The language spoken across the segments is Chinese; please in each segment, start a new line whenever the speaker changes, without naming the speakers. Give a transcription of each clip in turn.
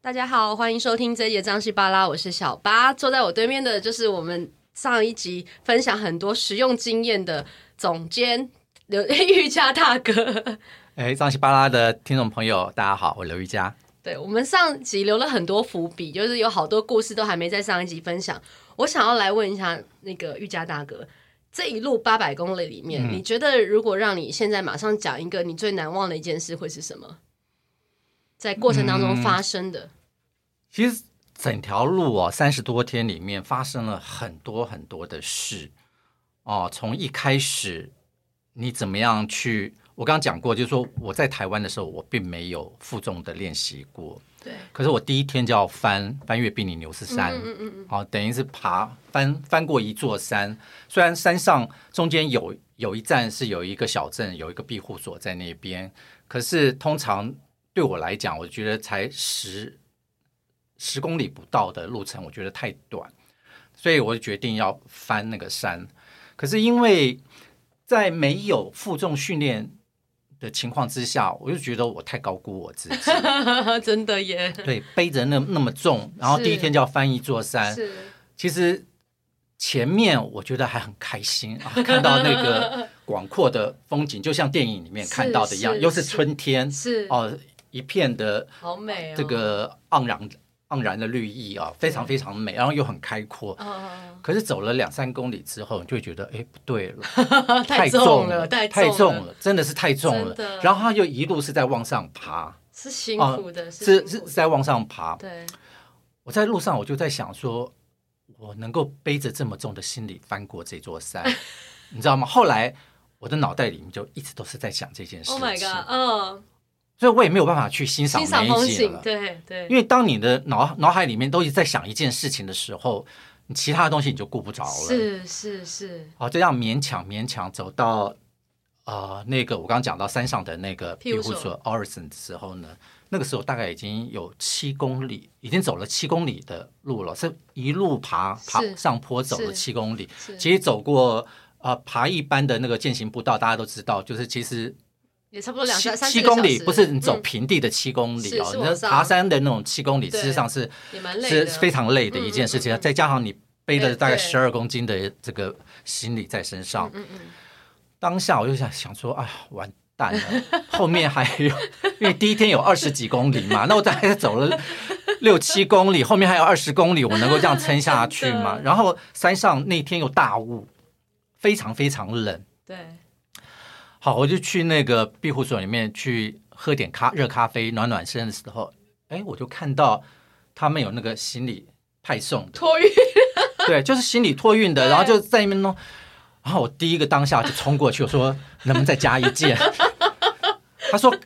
大家好，欢迎收听这一节张西巴拉，我是小八。坐在我对面的就是我们上一集分享很多实用经验的总监刘瑜伽大哥。
哎，张西巴拉的听众朋友，大家好，我刘瑜佳。
对我们上集留了很多伏笔，就是有好多故事都还没在上一集分享。我想要来问一下那个瑜伽大哥，这一路八百公里里面，你觉得如果让你现在马上讲一个你最难忘的一件事，会是什么？在过程当中发生的？
其实整条路哦，三十多天里面发生了很多很多的事哦。从一开始，你怎么样去？我刚刚讲过，就是说我在台湾的时候，我并没有负重的练习过。
对，
可是我第一天就要翻翻越比利牛斯山，
嗯嗯嗯，
哦，等于是爬翻翻过一座山。虽然山上中间有有一站是有一个小镇，有一个庇护所在那边，可是通常对我来讲，我觉得才十十公里不到的路程，我觉得太短，所以我就决定要翻那个山。可是因为在没有负重训练的情况之下，我就觉得我太高估我自 己，
嗯真的耶，
对，背着那那么重，然后第一
是
天就要翻一座山，
是
其实前面我觉得还很开心啊， 看到那个广阔的风景，就像电影里面看到的一样，
是是
又是春天
是，
哦，一片的
好美哦，
这个盎然盎然的绿意啊，非常非常美，然后又很开阔。
啊，
可是走了两三公里之后，你就会觉得，哎，不对了，
哦太
重
了，太
太
重，
了，真的是太重了
真的。
然后它又一路是在往上爬，
是辛
啊
苦的，
是是
辛
是
苦的
在往上爬。
对，
我在路上我就在想说，我能够背着这么重的行李翻过这座山，你知道吗？后来我的脑袋里面就一直都是在想这件事
Oh
情
my god，嗯，
所以我也没有办法去欣赏
欣赏
美
风
景
景，
了。
对对，
因为当你的脑脑海里面都一直在想一件事情的时候，你其他的东西你就顾不着了。
是是是，
好，就这样勉强勉强走到呃那个我刚刚讲到山上的那个
庇
庇
护
护
所
所 Orison 的时候呢，那个时候大概已经有七公里，已经走了七公里的路了，是一路爬爬
是
上坡走了
是
七公里。
是
其实走过呃爬一般的那个践行步道，大家都知道，就是其实
也差不哦多两
七
三三四
七
个小
公里
时
不是你走
嗯
平地的七公里哦，
是是
你
往
那
上
爬山的那种七公里，
对
事实上是
也蛮累
是
的，
非常累的一件事情，
嗯嗯嗯嗯
再加上你背
哎
着大概
对
十二公斤的这个行李在身上，
嗯嗯
当下我就想想说，哎呀，完蛋了， 后面还有，因为第一天有二十几公里嘛，那我大概走了 六七公里，后面还有二十公里，我能够这样撑下去
真
吗
的？
然后山上那天有大雾，非常非常冷。
对，
好，我就去那个庇护所里面去喝点咖热咖啡暖暖身的时候，哎，我就看到他们有那个行李派送的，
托运
对，就是行李托运的，
对
然后就在那边弄。然后我第一个当下就冲过去，我 说能不能再加一件？他说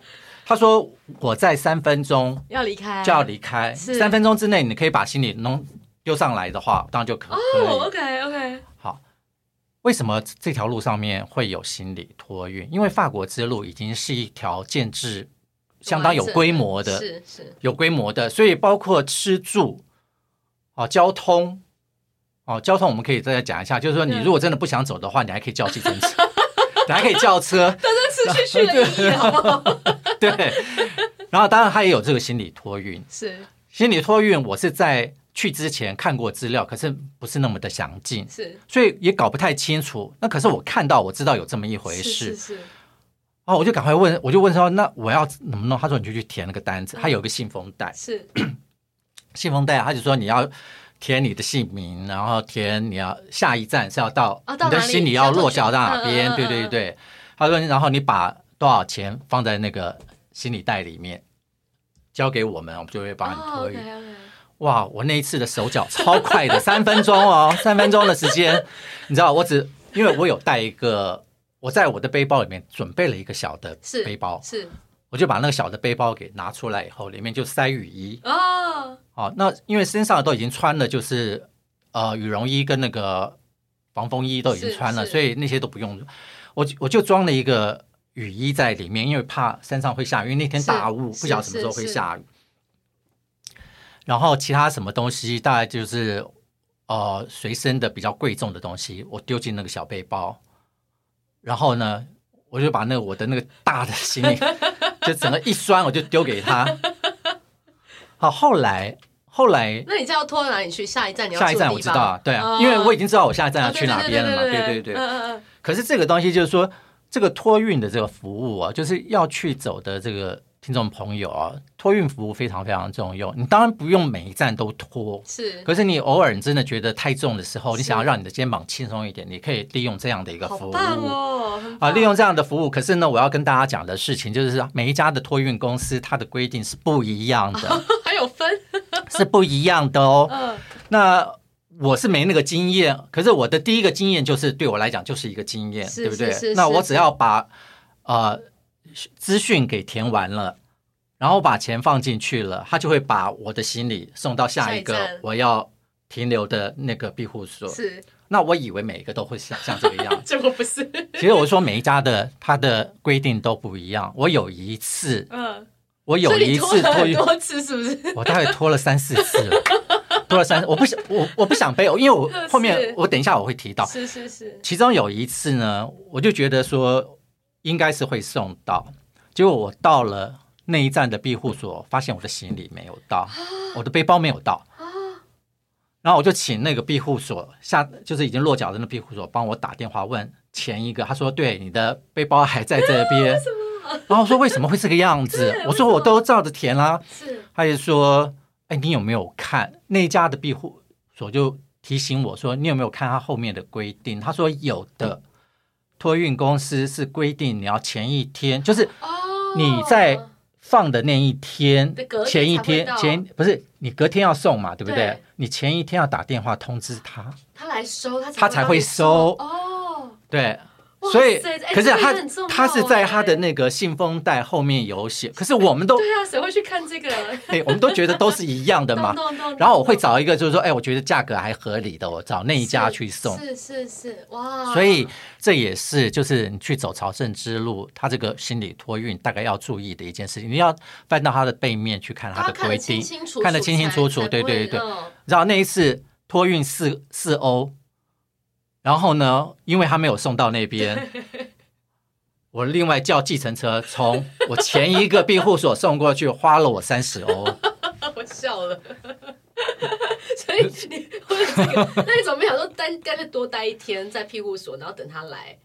他说我在三分钟
要离开，
就要离开，
哎是
三分钟之内你可以把行李弄丢上来的话，当然就可可以。
哦，OK OK，
好，为什么这条路上面会有行李托运？因为法国之路已经是一条建制相当有规模的、
是 是
有规模的，所以包括吃住哦、交通哦、交通，我们可以再讲一下，就是说你
对
如果真的不想走的话，你还可以叫计程车， 你还可以叫车，
这次去去了意义好不好？
对。然后当然它也有这个行李托运，
是
行李托运我是在去之前看过资料，可是不是那么的详尽。
是
所以也搞不太清楚。那可是我看到，我知道有这么一回
是
事
是是，
哦，我就赶快问，我就问说，那我要怎么弄？他说你就去填那个单子，
嗯
他有一个信封袋，
是
信封袋他就说你要填你的姓名，然后填你要下一站是要到
啊
你
到哪里
的行李要落脚到哪
嗯嗯
边
嗯，
对
嗯
对
嗯
对。他说，然后你把多少钱放在那个行李袋里面。交给我们，我们就会帮你托运。
哦 OK OK，
哇，我那一次的手脚超快的，三分钟哦，三分钟的时间，你知道，我只因为我有带一个，我在我的背包里面准备了一个小的
是
背包，
是
我就把那个小的背包给拿出来以后，里面就塞雨衣
哦，
哦。那因为身上都已经穿了，就是呃羽绒衣跟那个防风衣都已经
是
穿了，
是
所以那些都不用。我就我就装了一个雨衣在里面，因为怕山上会下雨，因为那天
是
大雾，
是
不晓得什么时候会
是
下雨。然后其他什么东西，大概就是呃随身的比较贵重的东西，我丢进那个小背包。然后呢，我就把那 个我的那个大的行李，就整个一拴，我就丢给他。好，后来后来
那你这要拖到哪里去？下一站你要
下一站
住
我
的
知
地方
道，对啊
哦，
因为我已经知道我下一站要
哦
去哪边了嘛，
对
对对
对
对。
嗯嗯
可是这个东西就是说，这个托运的这个服务啊，就是要去走的这个听众朋友啊，托运服务非常非常重要。你当然不用每一站都拖
嗯，是
可是你偶尔你真的觉得太重的时候，
是
你想要让你的肩膀轻松一点，你可以利用这样的一个
好
服务。
棒哦，很
啊，
棒
利用这样的服务，可是呢，我要跟大家讲的事情就是，每一家的托运公司它的规定是不一 样的，
还有 分，
是不一样的哦。
嗯，
那我是没那个经验，可是我的第一个经验就是对我来讲就是一个经验，
是
对不对？
是是
那我
是
只要把呃资讯给填完了，然后把钱放进去了，他就会把我的行李送到下一
下一
个
站
我要停留的那个庇护所。
是，
那我以为每一个都会像像这个样子，
结果不是，
其实我说每一家的它的规定都不一样。我有一次，
嗯，
我有
所以
一
你拖
次
了
托
很
运
多次，是不是？
我大概拖了三四次了， 拖了三，我不想，我我不想背，因为我
是
后面我等一下我会提到，
是是是，
其中有一次呢，我就觉得说应该是会送到，结果我到了那一站的庇护所，发现我的行李没有
啊
到，我的背包没有到，然后我就请那个庇护所下，就是已经落脚的那庇护所帮我打电话问前一个，他说对，你的背包还在这 边，
哦
然后我说为什么会这个样子
对？
我说
为什么
我都照着填啦、
是
他就说：“哎，你有没有看那一家的庇护所？”就提醒我说：“你有没有看他后面的规定？”他说：“有的，
嗯
托运公司是规定你要前一天，就是
哦，
你在放的那一天
对隔，天
前一
才会
天
到
前不是你隔天要送嘛，对不对
对？
你前一天要打电话通知他，
他来收，他
他才会收
帮你哦，
对。”
哇
所以，
塞哎
可是
这个
他
很重要
他是在他的
哎
那个信封袋后面有写，可是我们都
对啊，谁会去看这个？
嘿我们都觉得都是一样的嘛
咚，咚咚
然后我会找一个，就是说，哎，我觉得价格还合理的，我找那一家去送。
是啊是是，哇！
所以这也是，就是你去走朝圣之路，它这个心理托运大概要注意的一件事情。你要翻到它的背面去看它
他
的
看得
规定
清，清楚楚，
看得清清楚楚
才
对对
才
对，
不会嗯
然后那一次托运四四欧，然后呢，因为他没有送到 那边，我另外叫计程车从我前一个庇护所送过去，花了我三十欧。
我笑了。所以你为了这个，那你怎么没想说单干脆多待一天在庇护所，然后等他来？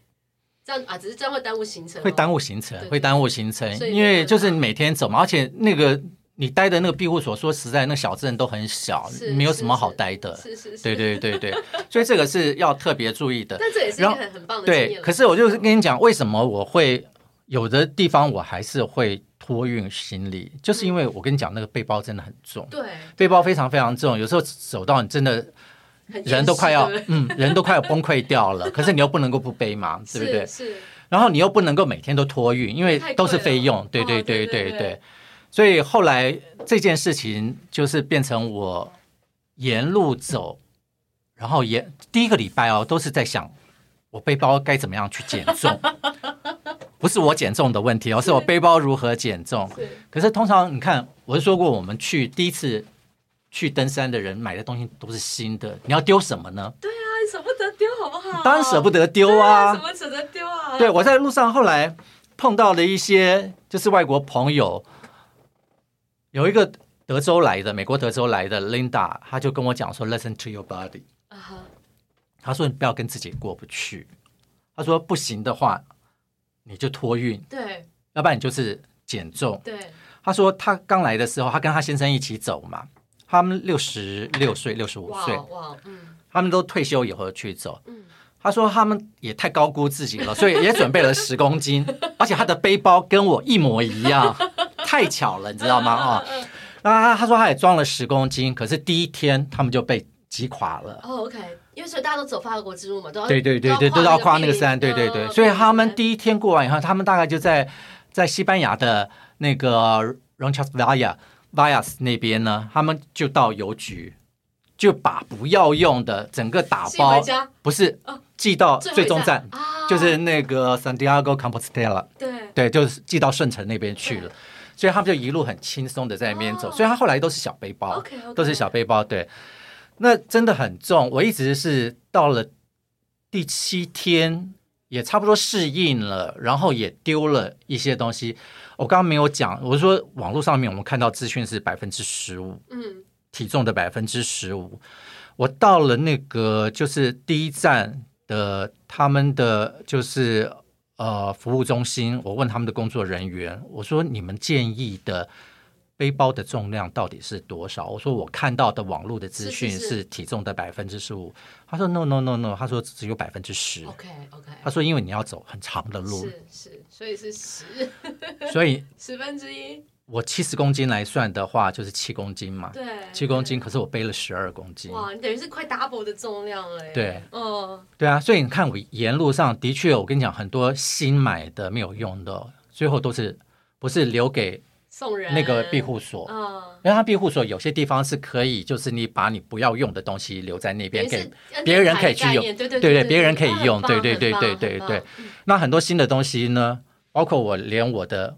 这样啊，只是这样会耽误行程、
会
误。
耽误行程
哦对，对
会耽误行程，
所以嗯
因为
没办法
就是你每天走嘛，而且那个你待的那个庇护所，说实在，那小镇都很小
是，
没有什么好待的。
是是是，
对。对对对，所以这个是要特别注意的。
但这也是一
然
个
后
很很棒的经
对，
验啊了。
可是我就是跟你讲，为什么我会有的地方我还是会托运行李，就
嗯
是因为我跟你讲，那个背包真的很重，
对，
背包非常非常重，有时候走到你真的
很厌世
人都快要
对不对
嗯，人都快要崩溃掉了，可是你又不能够不背嘛，对不对？
是是
然后你又不能够每天都托运，因为都是费用，
太
对
贵了
对对
哦
对
对对
对。所以后来这件事情就是变成我沿路走，然后沿第一个礼拜哦，都是在想我背包该怎么样去减 重，不是我减重的问题哦，是我背包如何减重。
是
可是通常你看，我是说过，我们去第一次去登山的人买的东西都是新的，你要丢什么呢？
啊，你舍不得丢好不好？
当然舍不
得
得丢啊
怎，么舍得丢啊？
对，我在路上后来碰到了一些就是外国朋友，有一个德州来的，美国德州来的 Linda，她就跟我讲说，listen to your body，
啊哈，
她说你不要跟自己过不去，她说不行的话你就托运，
对
要不然你就是减重。
啊对，
她说她刚来的时候，她跟她先生一起走嘛，他们六十六岁、六十五
哇
岁，
哇，嗯
他们都退休以后去走。
嗯，
他说他们也太高估自己了，所以也准备了十公 斤，而且他的背包跟我一模一样，太巧了，你知道吗？啊、
嗯嗯
那他他说他也装了十公斤，可是第一天他们就被击垮了。
哦，OK，因为所以大家都走法国之路嘛，都要
对对对对，都要跨那个山，对对
啊
对，所以他们第一天过完以后，他们大概就在在西班牙的那个 r o n c h a s v a l l a Vallas 那边呢，他们就到邮局，就把不要用的整个打
寄
包
回，家
不是
哦
寄哦到
最后
最
一
终站，
啊，
就是那个 Santiago Compostela，
对
对，就是寄到顺城那边去了，所以他们就一路很轻松的在那边走，
哦
所以他后来都是小背包，
，OK，
都是小背包，对，那真的很重，我一直是到了第七天。也差不多适应了，然后也丢了一些东西。我刚刚没有讲，我说网络上面我们看到资讯是百分之十五，
嗯，
体重的百分之十五。我到了那个就是第一站的他们的就是呃服务中心，我问他们的工作人员，我说你们建议的背包的重量到底是多少？我说我看到的网络的资讯
是是
是体重的百分之十五。他说 no no no no，他说只有百分之十。
OK OK，
他说因为你要走很长的路，
哎是是，所以是十
所以
十分之一，
我七十公斤来算的话，就是七公斤嘛，
对，
七公斤，可是我背了十二公斤
对，。哇，你等于是快 double 的重量了耶，
对，
嗯，
对啊，所以你看，我沿路上的确，我跟你讲，很多新买的没有用的，最后都是不是留给
送人
那个庇，护所，
嗯，
因为它庇护所有些地方是可以，就是你把你不要用的东西留在那边
等于
给
是。恩典
别人
牌
可
的
以去
概
用
念对对
对
对
对别人可以
啊很
用
棒
对对
很
对
棒
对
很
对
棒
对
嗯
那很多新的东西呢，包括我连我的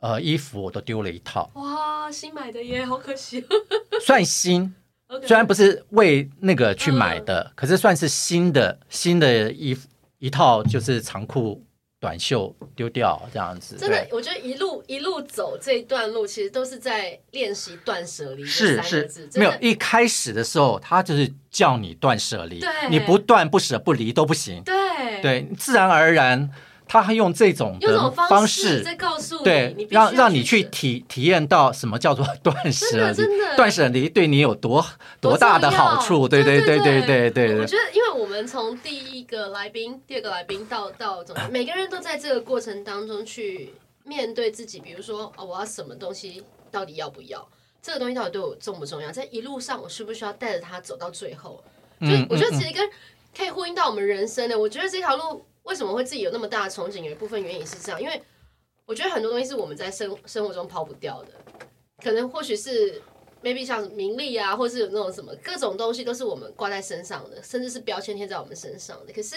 呃衣服我都丢了一套，
哇，新买的耶，好可惜。哦
算新，
OK，
虽然不是为那个去买的，可是算是新的新的一一套就是长裤、短袖丢掉这样子。
真的
对，，
我觉得一路一路走这一段路，其实都是在练习断舍离这
是
三个字
是，没有
真的
一开始的时候，他就是叫你断舍离
对，
你不断不舍不离都不行。
对，
对，自然而然，他还用这种
用这
的
种
方
式
式。
在告诉你，
对
你，必须要
让让你去
舍
体体验到什么叫做断舍离
真的，
断舍离对你有多
多
多大的
重要
好处？对
对
对
对
对对对
我觉得，因为我们从第一个来宾、第二个来宾到到总，每个人都在这个过程当中去面对自己，比如说哦，我要什么东西到底要不要？这个东西到底对我重不重要？在一路上，我需不需要带着它走到最后？就
嗯
我觉得其实跟可以呼应到我们人生的，我觉得这条路为什么会自己有那么大的憧憬，有一部分原因是这样，因为我觉得很多东西是我们在生生活中抛不掉的，可能或许是 maybe 像名利啊，或是有那种什么各种东西都是我们挂在身上的，甚至是标签贴在我们身上的。可是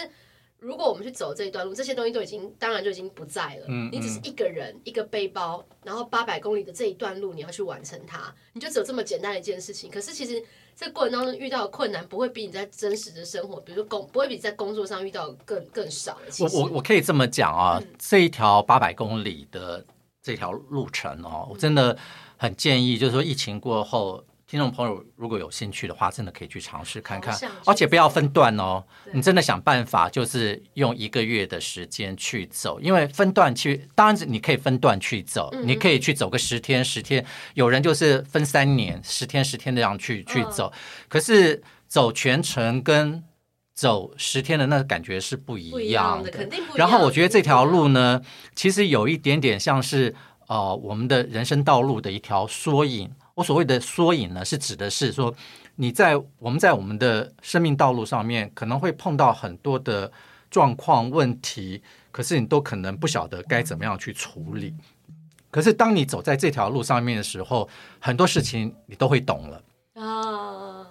如果我们去走这一段路，这些东西都已经当然就已经不在了。
嗯
你只是一个人一个背包，然后八百公里的这一段路你要去完成它，你就只有这么简单的一件事情。可是其实这过程当中遇到的困难不会比你在真实的生活，比如说工不会比在工作上遇到的更更少。其
我
实嗯
我我可以这么讲啊，这一条八百公里的这条路程
嗯
哦，我真的很建议，就是说疫情过后，听众朋友如果有兴趣的话，真的可以去尝试看看
好想去，
而且不要分段哦，
对
你真的想办法，就是用一个月的时间去走，因为分段去，当然你可以分段去走，
嗯嗯
你可以去走个十天十天，有人就是分三年，十天十天这样去去
嗯
走，可是走全程跟走十天的那个感觉是不一
不一
样
样的，肯定不一样。
然后我觉得这条
肯定不
路呢，其实有一点点像是呃我们的人生道路的一条缩影。呃我所谓的缩影呢，是指的是说你在我们在我们的生命道路上面可能会碰到很多的状况问题，可是你都可能不晓得该怎么样去处理。可是当你走在这条路上面的时候，很多事情你都会懂了，
一样啊。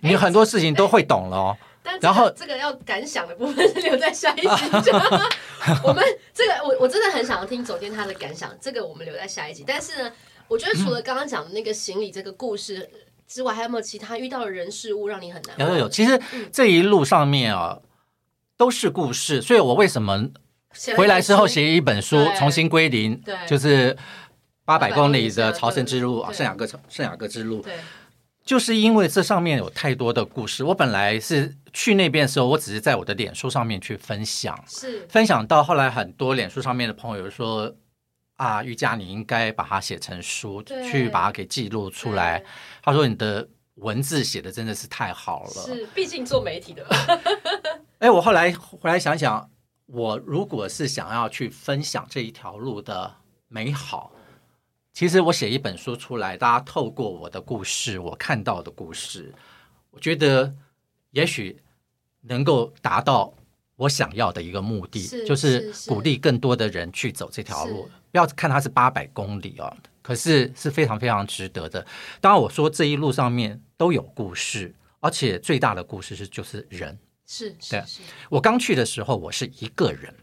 你很多事情都会懂了哦。
但这
然
个
后
这个要感想的部分是留在下一集。 我们这个我我真的很想要听总监他的感想，这个我们留在下一集。但是呢，我觉得除了
嗯
刚刚讲的那个行李这个故事之外，还有没有其他遇到的人事物让你很难
有
忘
有
的
有，其实
嗯
这一路上面啊，都是故事，所以我为什么
写了一本书
回来之后写一本书
对
《重新归零
对》，
就是八百
800
公
公
里
里的
的朝圣之路
对
啊，圣雅各圣雅各之路，
对
就是因为这上面有太多的故事。我本来是去那边的时候，我只是在我的脸书上面去分享，
是
分享到后来很多脸书上面的朋友说。啊，瑜伽，你应该把它写成书，
对
去把它给记录出来。他说你的文字写的真的是太好了，
是，毕竟做媒 体的嘛，
哎，我后来回来想想，我如果是想要去分享这一条路的美好，其实我写一本书出来，大家透过我的故事，我看到的故事，我觉得也许能够达到我想要的一个目的，
是
就是
是是
鼓励更多的人去走这条路
是。
不要看它是八百公里哦，可是是非常非常值得的。当然，我说这一路上面都有故事，而且最大的故事是就是人。
是是
对啊
是，
我刚去的时候，我是一个人，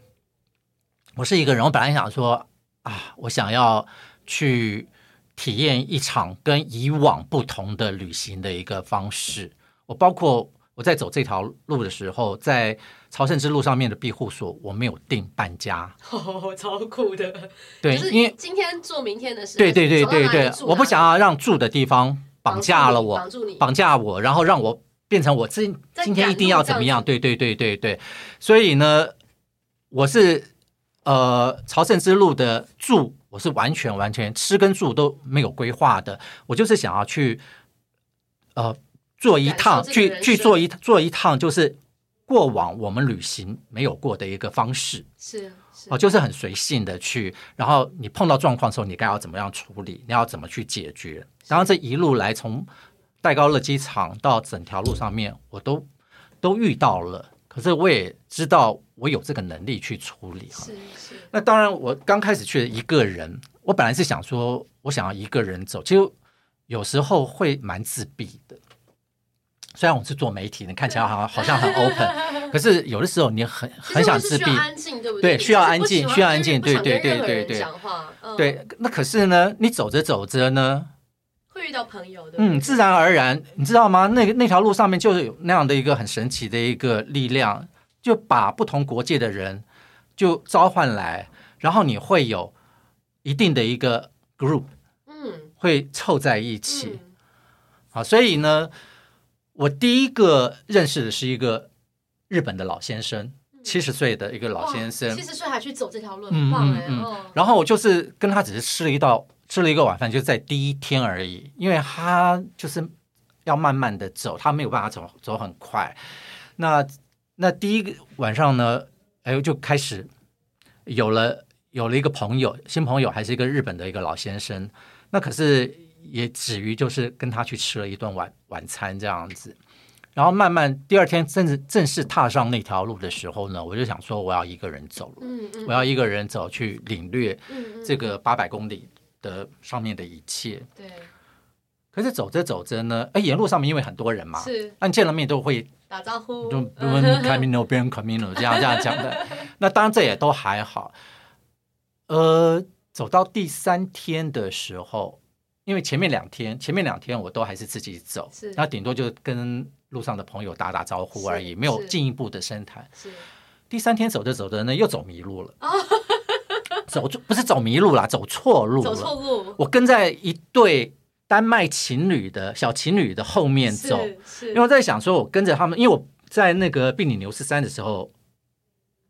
我是一个人。我本来想说啊，我想要去体验一场跟以往不同的旅行的一个方式。我包括我我在走这条路的时候，在朝圣之路上面的庇护所，我没有订半家。
哦，超酷的，
对，
就是
因为
今天做明天的事，
对对对对对，我不想
要
要让住的地方绑架了我，
绑住你，
绑架我，然后让我变成我今
在
今天一定要怎么
赶
样？
路
对对对对对，所以呢，我是呃朝圣之路的住，我是完全完全吃跟住都没有规划的，我就是想要去呃做一
感受
趟，
这个
去
人
去
生
做一做一趟，就是过往我们旅行没有过的一个方式。
是是
哦，就是很随性的去，然后你碰到状况的时候，你该要怎么样处理，你要怎么去解决。然后这一路来，从戴高乐机场到整条路上面，我都都遇到了，可是我也知道我有这个能力去处理哈。
是是，
那当然，我刚开始去一个人，我本来是想说，我想要一个人走，其实有时候会蛮自闭的。虽然我是做媒体的，看起来好像好像很 open，可是有的时候你很很想自闭，
就是我是需要安静，对不
对需要安静需要安静对对对对
对
对
讲话，嗯，
对，那可是呢，你走着走着呢，
会遇到朋友的，
嗯，自然而然，你知道吗？那个那条路上面就有那样的一个很神奇的一个力量，就把不同国界的人就召唤来，然后你会有一定的一个 group
嗯，
会凑在一起。
嗯，
啊，所以呢，我第一个认识的是一个日本的老先生，
嗯
七十岁的一个老先生
七。十岁还去走这条路，很
嗯
棒哎，
嗯
哦，
然后我就是跟他只是吃了一道吃了一个晚饭，就在第一天而已，因为他就是要慢慢的走，他没有办法走走很快。那那第一个晚上呢，哎，我就开始有了有了一个朋友，新朋友还是一个日本的一个老先生，那可是也止于就是跟他去吃了一顿晚晚餐这样子。然后慢慢第二天正式正式踏上那条路的时候呢，我就想说我要一个人走了。
嗯嗯
我要一个人走去领略
嗯嗯，
这个八百公里的上面的一切。
对，
可是走着走着呢，哎，沿路上面因为很多人嘛，
是
按见了面都会
打招呼，
就
嗯
camino 边 camino 这样这样讲 的。那当然这也都还好。呃，走到第三天的时候，因为前面两天前面两天我都还是自己走
是，
那顶多就跟路上的朋友打打招呼而已，
是
没有
是
进一步的深谈。
是
第三天走着走着呢，又走迷路了。 走错不是走迷路啦，走错路
走
了。
错路，
我跟在一对丹麦情侣的小情侣的后面
是
走，
是，
因为我在想说，我跟着他们，因为我在那个比利牛斯山的时候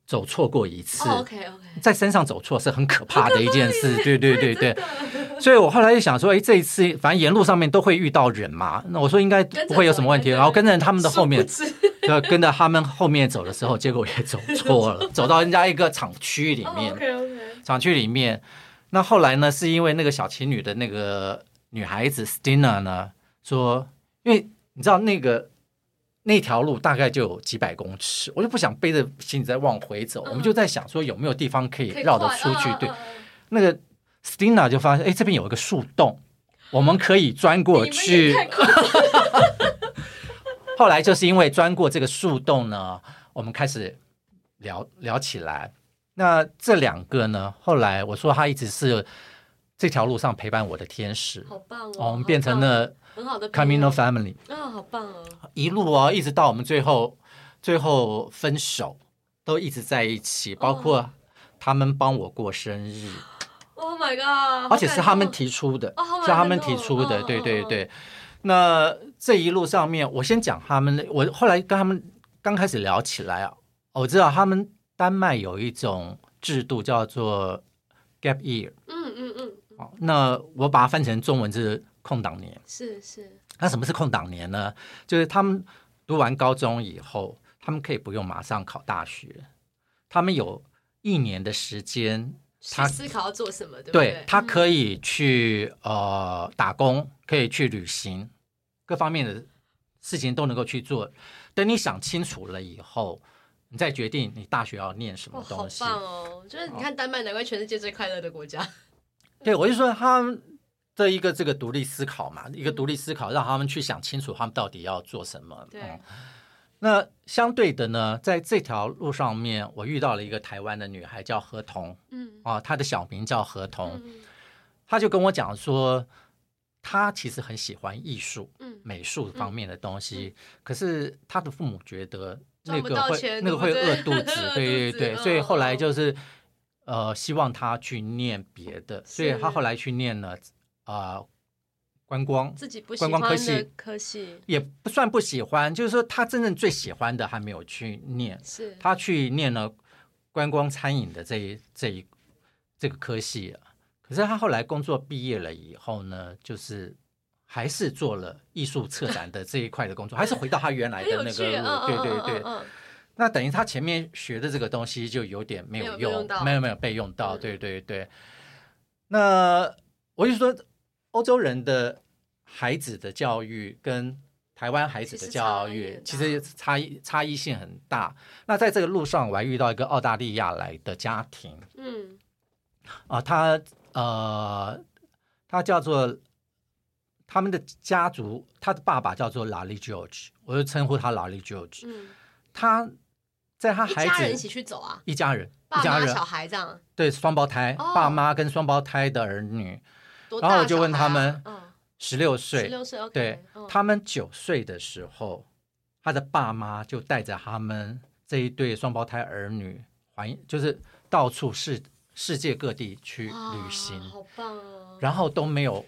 走错过一次，
哦 OK OK，
在山上走错是很可怕的一件事。对对对对。所以我后来就想说，哎，这一次反正沿路上面都会遇到人嘛，那我说应该
跟着
不会有什么问题。
走
然后跟着他们的后面，
殊不知
就跟着他们后面走的时候，结果也走错了，走到人家一个厂区里面。
哦 OK OK，
厂区里面。那后来呢，是因为那个小情侣的那个女孩子 Stina 呢，说，因为你知道那个那条路大概就有几百公尺，我就不想背着行李再往回走，
嗯
我们就在想说有没有地方可以绕得出去。对，
嗯嗯嗯
那个 Stina 就发现，哎，这边有一个树洞，我们可以钻过
你们也
去。
太酷了
后来就是因为钻过这个树洞呢，我们开始聊聊起来。那这两个呢，后来我说他一直是这条路上陪伴我的天使，
好棒哦！
哦，我们变成
好
了
棒很好的朋友
Camino Family，
啊，好棒哦！
一路哦，一直到我们最后最后分手，都一直在一起，包
哦
括他们帮我过生日，
Oh my god！
而且是他
好感
们
动
提出的，
哦好感
是他们
动
提出的，
哦
对对
哦
对。那这一路上面，我先讲他们的，我后来跟他们刚开始聊起来啊，我知道他们丹麦有一种制度叫做 gap year，
嗯嗯嗯，
哦那我把它翻成中文是空档年。
是是，
那什么是空档年呢？就是他们读完高中以后，他们可以不用马上考大学，他们有一年的时间
去
他
思考要做什么，对不
对
对？
他
嗯
可以去呃打工，可以去旅行，各方面的事情都能够去做。等你想清楚了以后，你再决定你大学要念什
哇，
么
好
东西。
棒哦！就是你看丹麦，难怪全世界最快乐的国家。
对，我就说他们的一个这个独立思考嘛，一个独立思考，让他们去想清楚他们到底要做什么。
对，
嗯那相对的呢，在这条路上面，我遇到了一个台湾的女孩叫何彤
嗯
啊，她的小名叫何彤。
嗯
他就跟我讲说，他其实很喜欢艺术、
嗯
美术方面的东西，可是他的父母觉得那
赚不
个
到
会
钱
那个会
对不
饿
对
肚子
饿，
对对
肚子
对，
嗯
所以后来
嗯
就是呃，希望他去念别的，所以他后来去念了啊、呃观光。
自己不喜
观光
欢
科
的
系
科系
也不算不喜欢，就是说他真正最喜欢的还没有去念，
是
他去念了观光餐饮的这一这一这个科系啊，可是他后来工作毕业了以后呢，就是还是做了艺术策展的这一块的工作，还是回到他原来
很
的
有
那
趣，
个
嗯嗯
路，对对对
嗯。嗯嗯
那等于他前面学的这个东西就有点没有
没有
用，
用到
没有没有被用到，
嗯
对对对。那我就说，欧洲人的孩子的教育跟台湾孩子的教育其
其实差异
实
很
差异差异性很大。那在这个路上，我还遇到一个澳大利亚来的家庭
嗯
啊、他呃，他叫做他们的家族，他的爸爸叫做拉力 George，我就称呼他拉力 George。
嗯，
他在他
一
孩
家人一
子
起去走啊，
一家人，
爸
一家
妈、
人
小孩这样，
对双胞胎，
哦
爸妈跟双胞胎的儿女，
多
然后
大
我就
小
问
孩
他
啊
们
嗯，
十六
十
岁，
六岁，OK，
对
嗯
他们九岁的时候，他的爸妈就带着他们这一对双胞胎儿女环，就是到处世世界各地去
哇
旅行，
好棒哦，
然后都没有，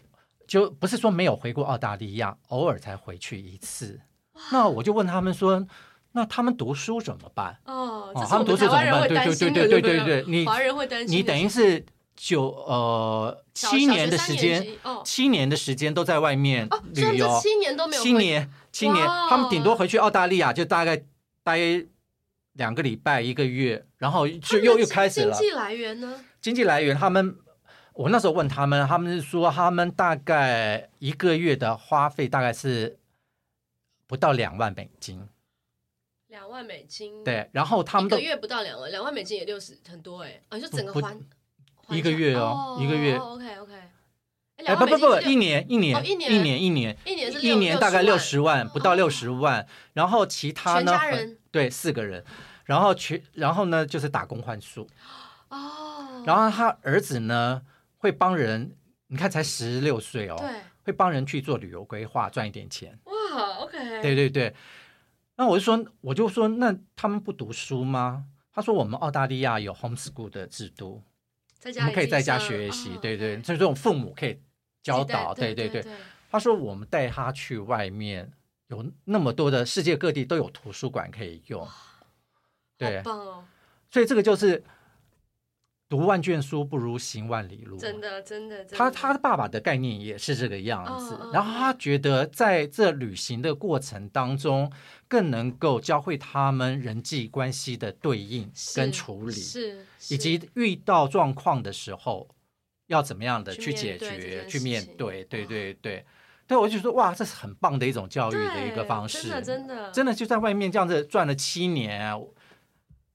就不是说没有回过澳大利亚，偶尔才回去一次。那我就问他们说，那他们读书怎么办？
哦，
哦
这是
他们
我
读
台
书怎
湾
么
人会
办对
担
对
心
对
的，
对
不
对对你
华人会担心的事情，
你等于是九呃
小
七
小
年
学
的
三
时
年
间，
级哦，
七年的时间都在外面
哦，所以他
旅
们
游，
这七年都没有
七
回
年七年，
哇哦
他们顶多回去澳大利亚就大概待两个礼拜一个月，然后
他
就
们
又
的
又开始了
经济来源呢？
经济来源。他们我那时候问他们，他们是说他们大概一个月的花费大概是不到两万美金，
两万美金，，
对，然后他们
一
都
个月不到两万，两万美金也六十很多哎，啊，你说整个
不
还还
一个
下
月
哦
哦，一个月
，OK OK，
哎
两万
不不
美
不
金是
一年一年
哦一年
一年一年
六一年是
一
六
年大概六，十万，不到
哦
六十万。然后其他
全
呢？
家人
对，四个人。然后全，然后呢就是打工换宿。
万哦，
然后他儿子呢会帮人，你看才十六岁哦，
对，
会帮人去做旅游规划，赚一点钱。
哇，OK，
对对对。那我就说，我就说，那他们不读书吗？他说我们澳大利亚有 homeschool 的制度，
在
我
家
们可以
里
在
自己
家
上
学习。对对，
，OK，
所以这种父母可以教
自己带
导。对
哦对
对。
对，
他说我们带他去外面，有那么多的世界各地都有图书馆可以用，对
好，棒哦，
所以这个就是读万卷书不如行万里路。
真的真的，真
他
的
他爸爸的概念也是这个样子，
嗯嗯
然后他觉得在这旅行的过程当中，更能够教会他们人际关系的对应
是
跟处理，
是
以
是
及遇到状况的时候要怎么样的
去
去
面
解
对这
决、
件
去
事
面
情哦
对，对
哇
对对，对我就说哇，这是很棒的一种教育的一个
对
方式，
真的真的
真的就在外面这样子转了七年啊。我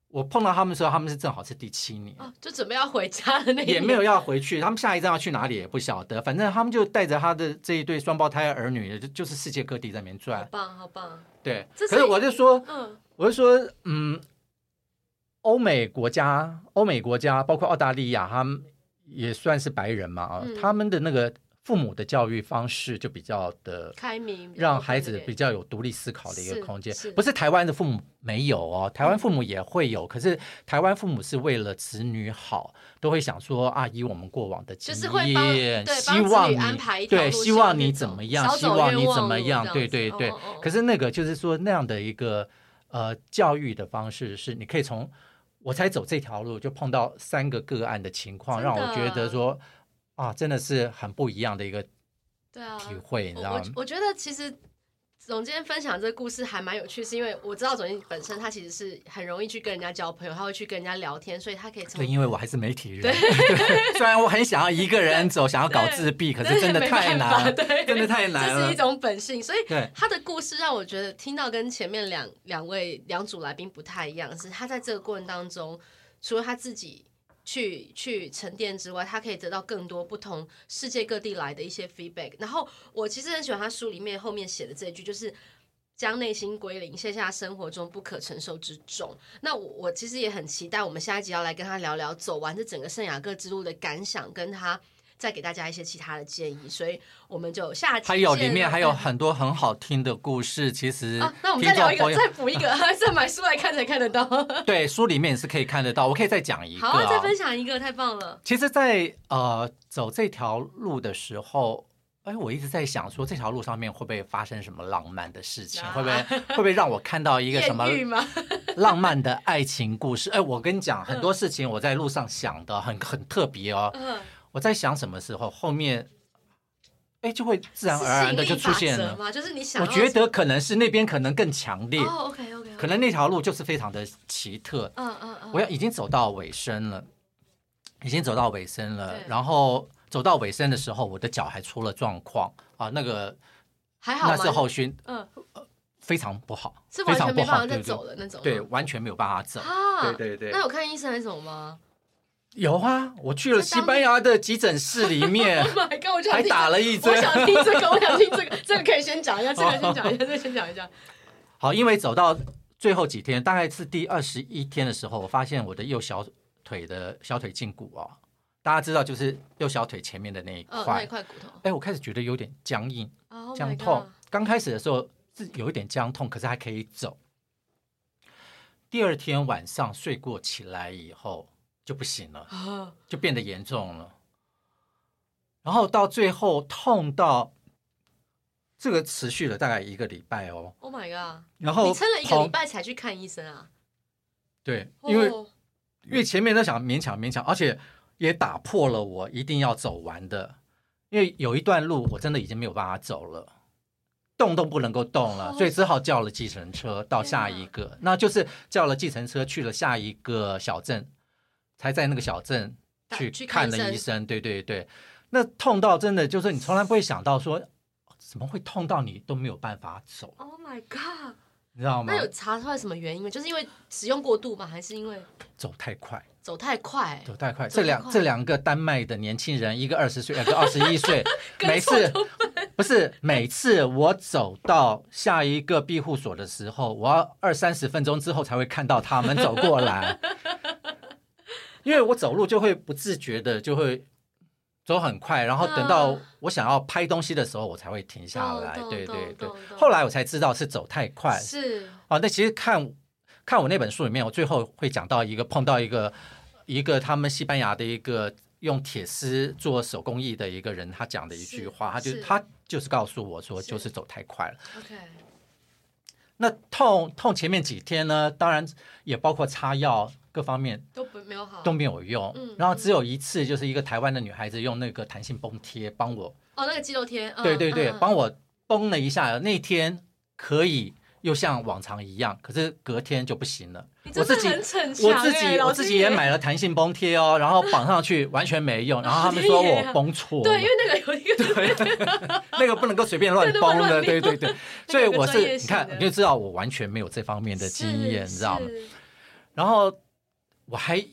我碰到他们的时候，他们是正好是第七年，
哦，就准备要回家的那一
也没
年
有要回去，他们下一站要去哪里也不晓得，反正他们就带着他的这一对双胞胎儿女，就就是世界各地在那边
好
转。
棒好棒，
对，
这是
可是我就说，
嗯
我就说，嗯，欧美国家，欧美国家包括澳大利亚，他们也算是白人嘛啊、
嗯
他们的那个父母的教育方式就比较的。
开明，比较
让
多
孩
一
子
点
比较有独立思考的一个
是
空间
是，嗯
不是台湾的父母没有哦，台湾父母也会有，可是台湾父母是为了子女好，都会想说啊，以我们过往的经
就是会帮
验，
对
希
帮
望
子
你
女安排一条
对，
路
希
线
望
那
你
种
怎么样，
少
希
走
望
冤
你
枉
怎么
路
样
这，样
对
子
对
哦
对
哦哦。
可是那个就是说那样的一个呃教育的方式，是你可以从我才走这条路，就碰到三个个案的情况，
真
让我觉得
的
说啊，真的是很不一样的一个
对啊，
体会，你
我
知道
我
吗？
我觉得其实总监分享这个故事还蛮有趣，是因为我知道总监本身他其实是很容易去跟人家交朋友，他会去跟人家聊天，所以他可以从
对，因为我还是媒体人， 虽然我很想要一个人走，想要搞自闭，可是真的
没
太
办法
难，
对，
真的太难
这是
了
一。种本性，所以
对
他的故事让我觉得听到跟前面两两位两组来宾不太一样，是他在这个过程当中，除了他自己去去沉淀之外，他可以得到更多不同世界各地来的一些 feedback。然后我其实很喜欢他书里面后面写的这一句，就是。将内心归零，卸下生活中不可承受之重。那我我其实也很期待，我们下一集要来跟他聊聊走完这整个圣雅各之路的感想，跟他再给大家一些其他的建议。所以我们就下期
还有里
见
面
了
还有很多很好听的故事，其实
啊，那我们
听
再聊
众
一个，
朋友
再补一个， 再买书来看才看得到。好
对书里面也是可以看得到，我可以再讲一个、
啊，再
哦。
分享一个，太棒了。
其实在，呃走这条路的时候，哎，我一直在想说这条路上面会不会发生什么浪漫的事情，
啊
会不会会不会让我看到一个 什么
艳遇吗？
浪漫的爱情故事？哎，我跟你讲，很多事情我在路上想的很很特别哦。
嗯，
我在想什么时候后面，哎，就会自然
是
而然的
吸
就
引力
出
法
现
则
了。
吗？就是你想
我
要，
觉得可能是那边可能更强烈，
哦，OK OK，
可能那条路就是非常的奇特。
嗯嗯嗯，
我要已经走到尾声了，已经走到尾声了
对。
然后走到尾声的时候，我的脚还出了状况啊，那个
还好吗
那是后续
嗯，
非常不好，
是
非
完
常
全
不
没办
好，
法再
对
走的
对
那种吗，嗯
对，完全没有办法走。
啊，
对对
那有看医生还是什么 吗
有啊，我去了
在当，
西班牙的急诊室里面
？My God，我就想
还
听
打了一
我
针。
想听这 个，我想听这个，这个可以先讲一下，这个先讲一下，这个先讲一下。
好，因为走到最后几天，大概是第二十一天的时候，我发现我的右小腿的小腿胫骨哦，大家知道就是右小腿前面的那一
嗯，那
块
一，块骨头
哎、我开始觉得有点僵硬、
啊
僵痛。刚开始的时候是有一点僵痛，可是还可以走。第二天晚上睡过起来以后就不行了，
啊！
就变得严重了。然后到最后痛到这个持续了大概一个礼拜哦，
Oh my god！
然后
你撑了一个
同
礼拜才去看医生啊？
对，因为
哦
因为前面都想勉强勉强，而且也打破了我一定要走完的，因为有一段路我真的已经没有办法走了，动都不能够动了，
哦啊
所以只好叫了计程车到下一个，那就是叫了计程车去了下一个小镇，才在那个小镇
打
去
去看
看
医
了
生
医生。对对对，那痛到真的就是你从来不会想到说。哦怎么会痛到你都没有办法走，
，Oh my god！
你知道吗
那？有查出来什么原因吗？就是因为使用过度吗？还是因为
走太快。
走太快？
走太快，
走太
这两
快
这两个丹麦的年轻人，一个二十岁，一个二十 一岁，每次不是每次我走到下一个庇护所的时候，我要二三十分钟之后才会看到他们走 过来，因为我走路就会不自觉的就会走很快，然后等到
嗯
我想要拍东西的时候，我才会停下来。
懂懂
对对对
懂懂，懂
后来我才知道是走太快，
是
啊，那其实看看我那本书里面，我最后会讲到一个碰到一个一个他们西班牙的一个用铁丝做手工艺的一个人，他讲的一句
是
话，他就是他就是告诉我说，
是
就是走太快了。
OK，
那痛痛前面几天呢，当然也包括擦药各方面
都不没有好
都没有用，
嗯
然后只有一次，就是一个台湾的女孩子用那个弹性绷贴帮我，
哦，那个肌肉贴，嗯
对对对，
嗯嗯
帮我绷了一下，那天可以。又像往常一样，可是隔天就不行了。
你
我
真的
自己
很逞强
我
欸
自己我自己也，买了弹性绷贴哦，然后绑上去完全没用，然后他们说我绷错
老师
了，
对，因为那个有一个
那个不能够随便乱绷的，对
对
对对，所以
有个
我
专
是
业
你
性
看
的
你就知道我完全没有这方面的经验，你
是
知道吗？
是
然后我还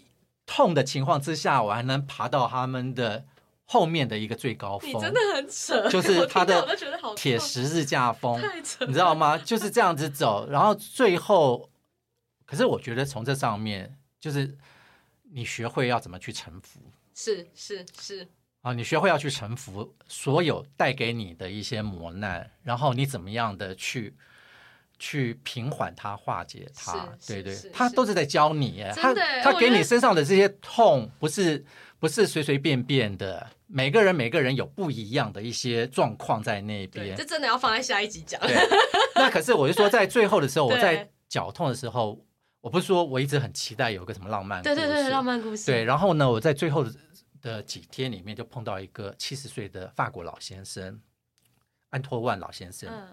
痛的情况之下，我还能爬到他们的后面的一个最高
你
峰，
真的很扯，
就是
我听
他的
到我都觉得好
铁
痛
十字架峰，
太扯
你，知道吗？就是这样子走，然后最后，可是我觉得从这上面就是你学会要怎么去臣服。
是是是，
啊，你学会要去臣服所有带给你的一些磨难，然后你怎么样的去去平缓它、化解它，
是
对对
是是，
他
是
都是在教你耶，他
真的耶
他
我
给
觉
你
得
身上的这些痛，不是不是随随便便的，每个人每个人有不一样的一些状况在那
对，
边
这。真的要放在下一集讲，
对，那可是我就说，在最后的时候，我在
对
绞痛的时候，我不是说我一直很期待有个什么浪漫
对对
故
对，
事
浪漫故事，
对，，然后呢，我在最后的的几天里面就碰到一个七十岁的法国老先生，安托万老先生。
嗯，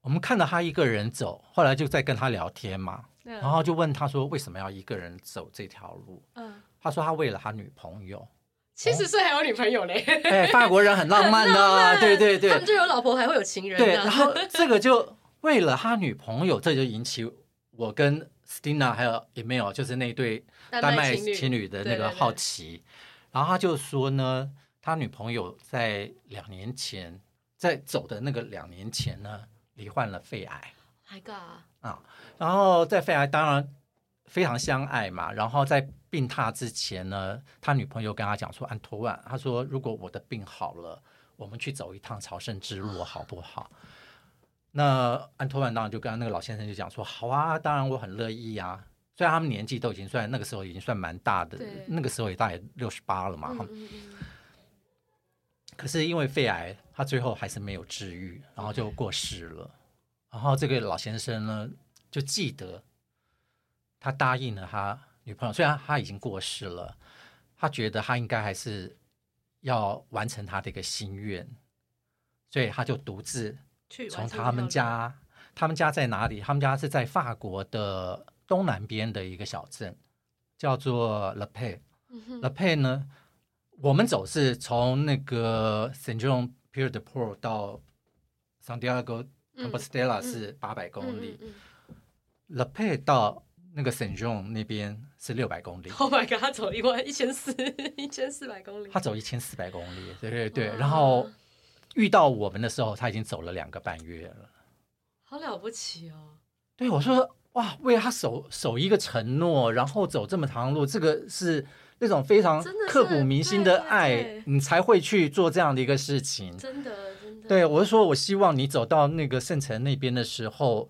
我们看到他一个人走，后来就在跟他聊天嘛，然
嗯
后就问他说为什么要一个人走这条路？
嗯，
他说他为了他女朋友。
七十岁还有女朋友嘞，
哎，法国人很浪漫 的，啊对对
他们
对
就有老婆还会有情人
对。
呢
然后这个就为了他女朋友，这就引起我跟 Stina 还有 Emil 就是那对丹麦
情侣
情侣的那
对对
个
对
好奇，然后他就说呢，他女朋友在两年前，在走的那个两年前呢，罹患了肺癌
，My God，
啊，然后在肺癌当然非常相爱嘛，然后在病榻之前呢，他女朋友跟他讲说：“安托万，他说如果我的病好了，我们去走一趟朝圣之路，好不好？”那安托万当然就跟那个老先生就讲说：“好啊，当然我很乐意啊。”虽然他们年纪都已经算那个时候已经算蛮大的
对，
那个时候也大概六十八了嘛，哈
嗯嗯嗯
可是因为肺癌，他最后还是没有治愈，然后就过世了。然后这个老先生呢，就记得他答应了他女朋友，哎虽然他已经过世了，他觉得他应该还是要完成他的一个心愿，所以他就独自
去
从他们，家，他们家在哪里？他们家是在法国的东南边的一个小镇，叫做 La Paix。La
嗯
Paix 呢，我们走是从那个 Saint John Pierre de Port 到 Santiago
嗯
Compostela
嗯
是八百公里、
嗯嗯嗯
l a Paix 到那个 Saint John 那边是六百公里。
Oh my god，他走一万一千四一千四百公里，
他走一千四百公里，对对对，
哇
然后遇到我们的时候，他已经走了两个半月了。
好了不起哦。
对，我说哇，为他守守一个承诺，然后走这么长的路，这个是那种非常
真的是
刻骨铭心的爱，
对对对
你才会去做这样的一个事情。
真的，真的，
对，我是说，我希望你走到那个圣城那边的时候，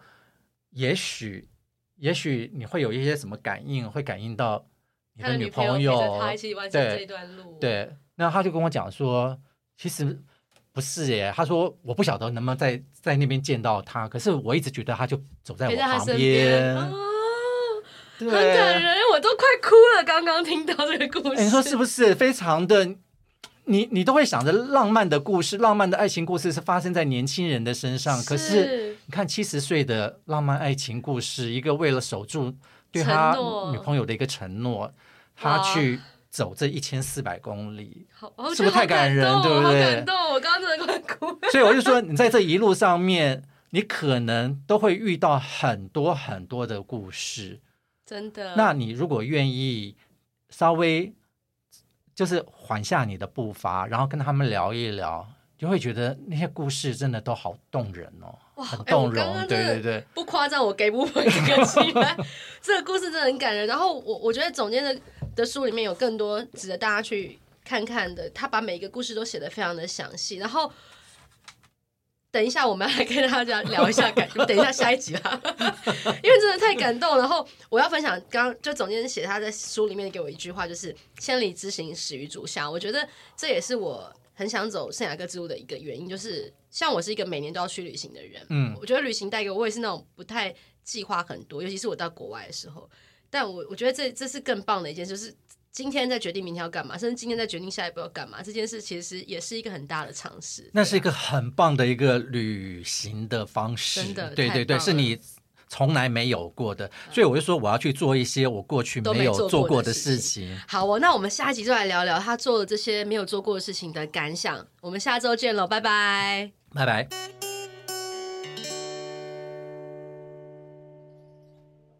也许，也许你会有一些什么感应，会感应到你
他的
女
女朋友陪
友
着他一起完成
对
这段路，，
对，那他就跟我讲说，其实不是耶。他说我不晓得能不能在在那边见到他，可是我一直觉得他就走在我
陪在他
旁
身边，啊，
对，
很感人，我都快哭了。刚刚听到这个故
哎
事，
你说是不是？非常的，你你都会想着浪漫的故事，浪漫的爱情故事是发生在年轻人的身上，可是你看七十岁的浪漫爱情故事，一个为了守住对他
承诺
女朋友的一个承诺，他
哇
去走这一千四百公里。
好，我
是
觉得
不是太
好
感人
动
对不
好
对
感动，我刚刚真的快哭了。
所以我就说，你在这一路上面，你可能都会遇到很多很多的故事。
真的，
那你如果愿意稍微就是缓下你的步伐，然后跟他们聊一聊，就会觉得那些故事真的都好动人哦，
哇
很
哎我
动
刚
容。
刚真
对
的
对对，
不夸张，我给不分这个期待。 这个故事真的很感人。然后我我觉得总监的的书里面有更多值得大家去看看的，他把每一个故事都写得非常的详细。然后等一下我们要来跟大家聊一下感，等一下下一集啦， 因为真的太感动。然后我要分享，刚刚就总监写他在书里面给我一句话，就是“千里之行，始于足下”。我觉得这也是我很想走圣雅各之路的一个原因，就是像我是一个每年都要去旅行的人，
嗯
我觉得旅行带给我，我也是那种不太计划很多，尤其是我到国外的时候。但我我觉得这这是更棒的一件事，就是今天再决定明天要干嘛，甚至今天再决定下一步要干嘛，这件事其实也是一个很大的尝试。
那是一个很棒的一个旅行的方式，
啊真的
对
太
对对，
棒
是
了嗯
你从来没有过的，所以我就说我要去做一些我过去
都
没
没
有
做
做
过
过
的
的
事
事情。
好哦，那我们下一集就来聊聊他做了这些没有做过的事情的感想。我们下周见喽，拜拜。
拜拜。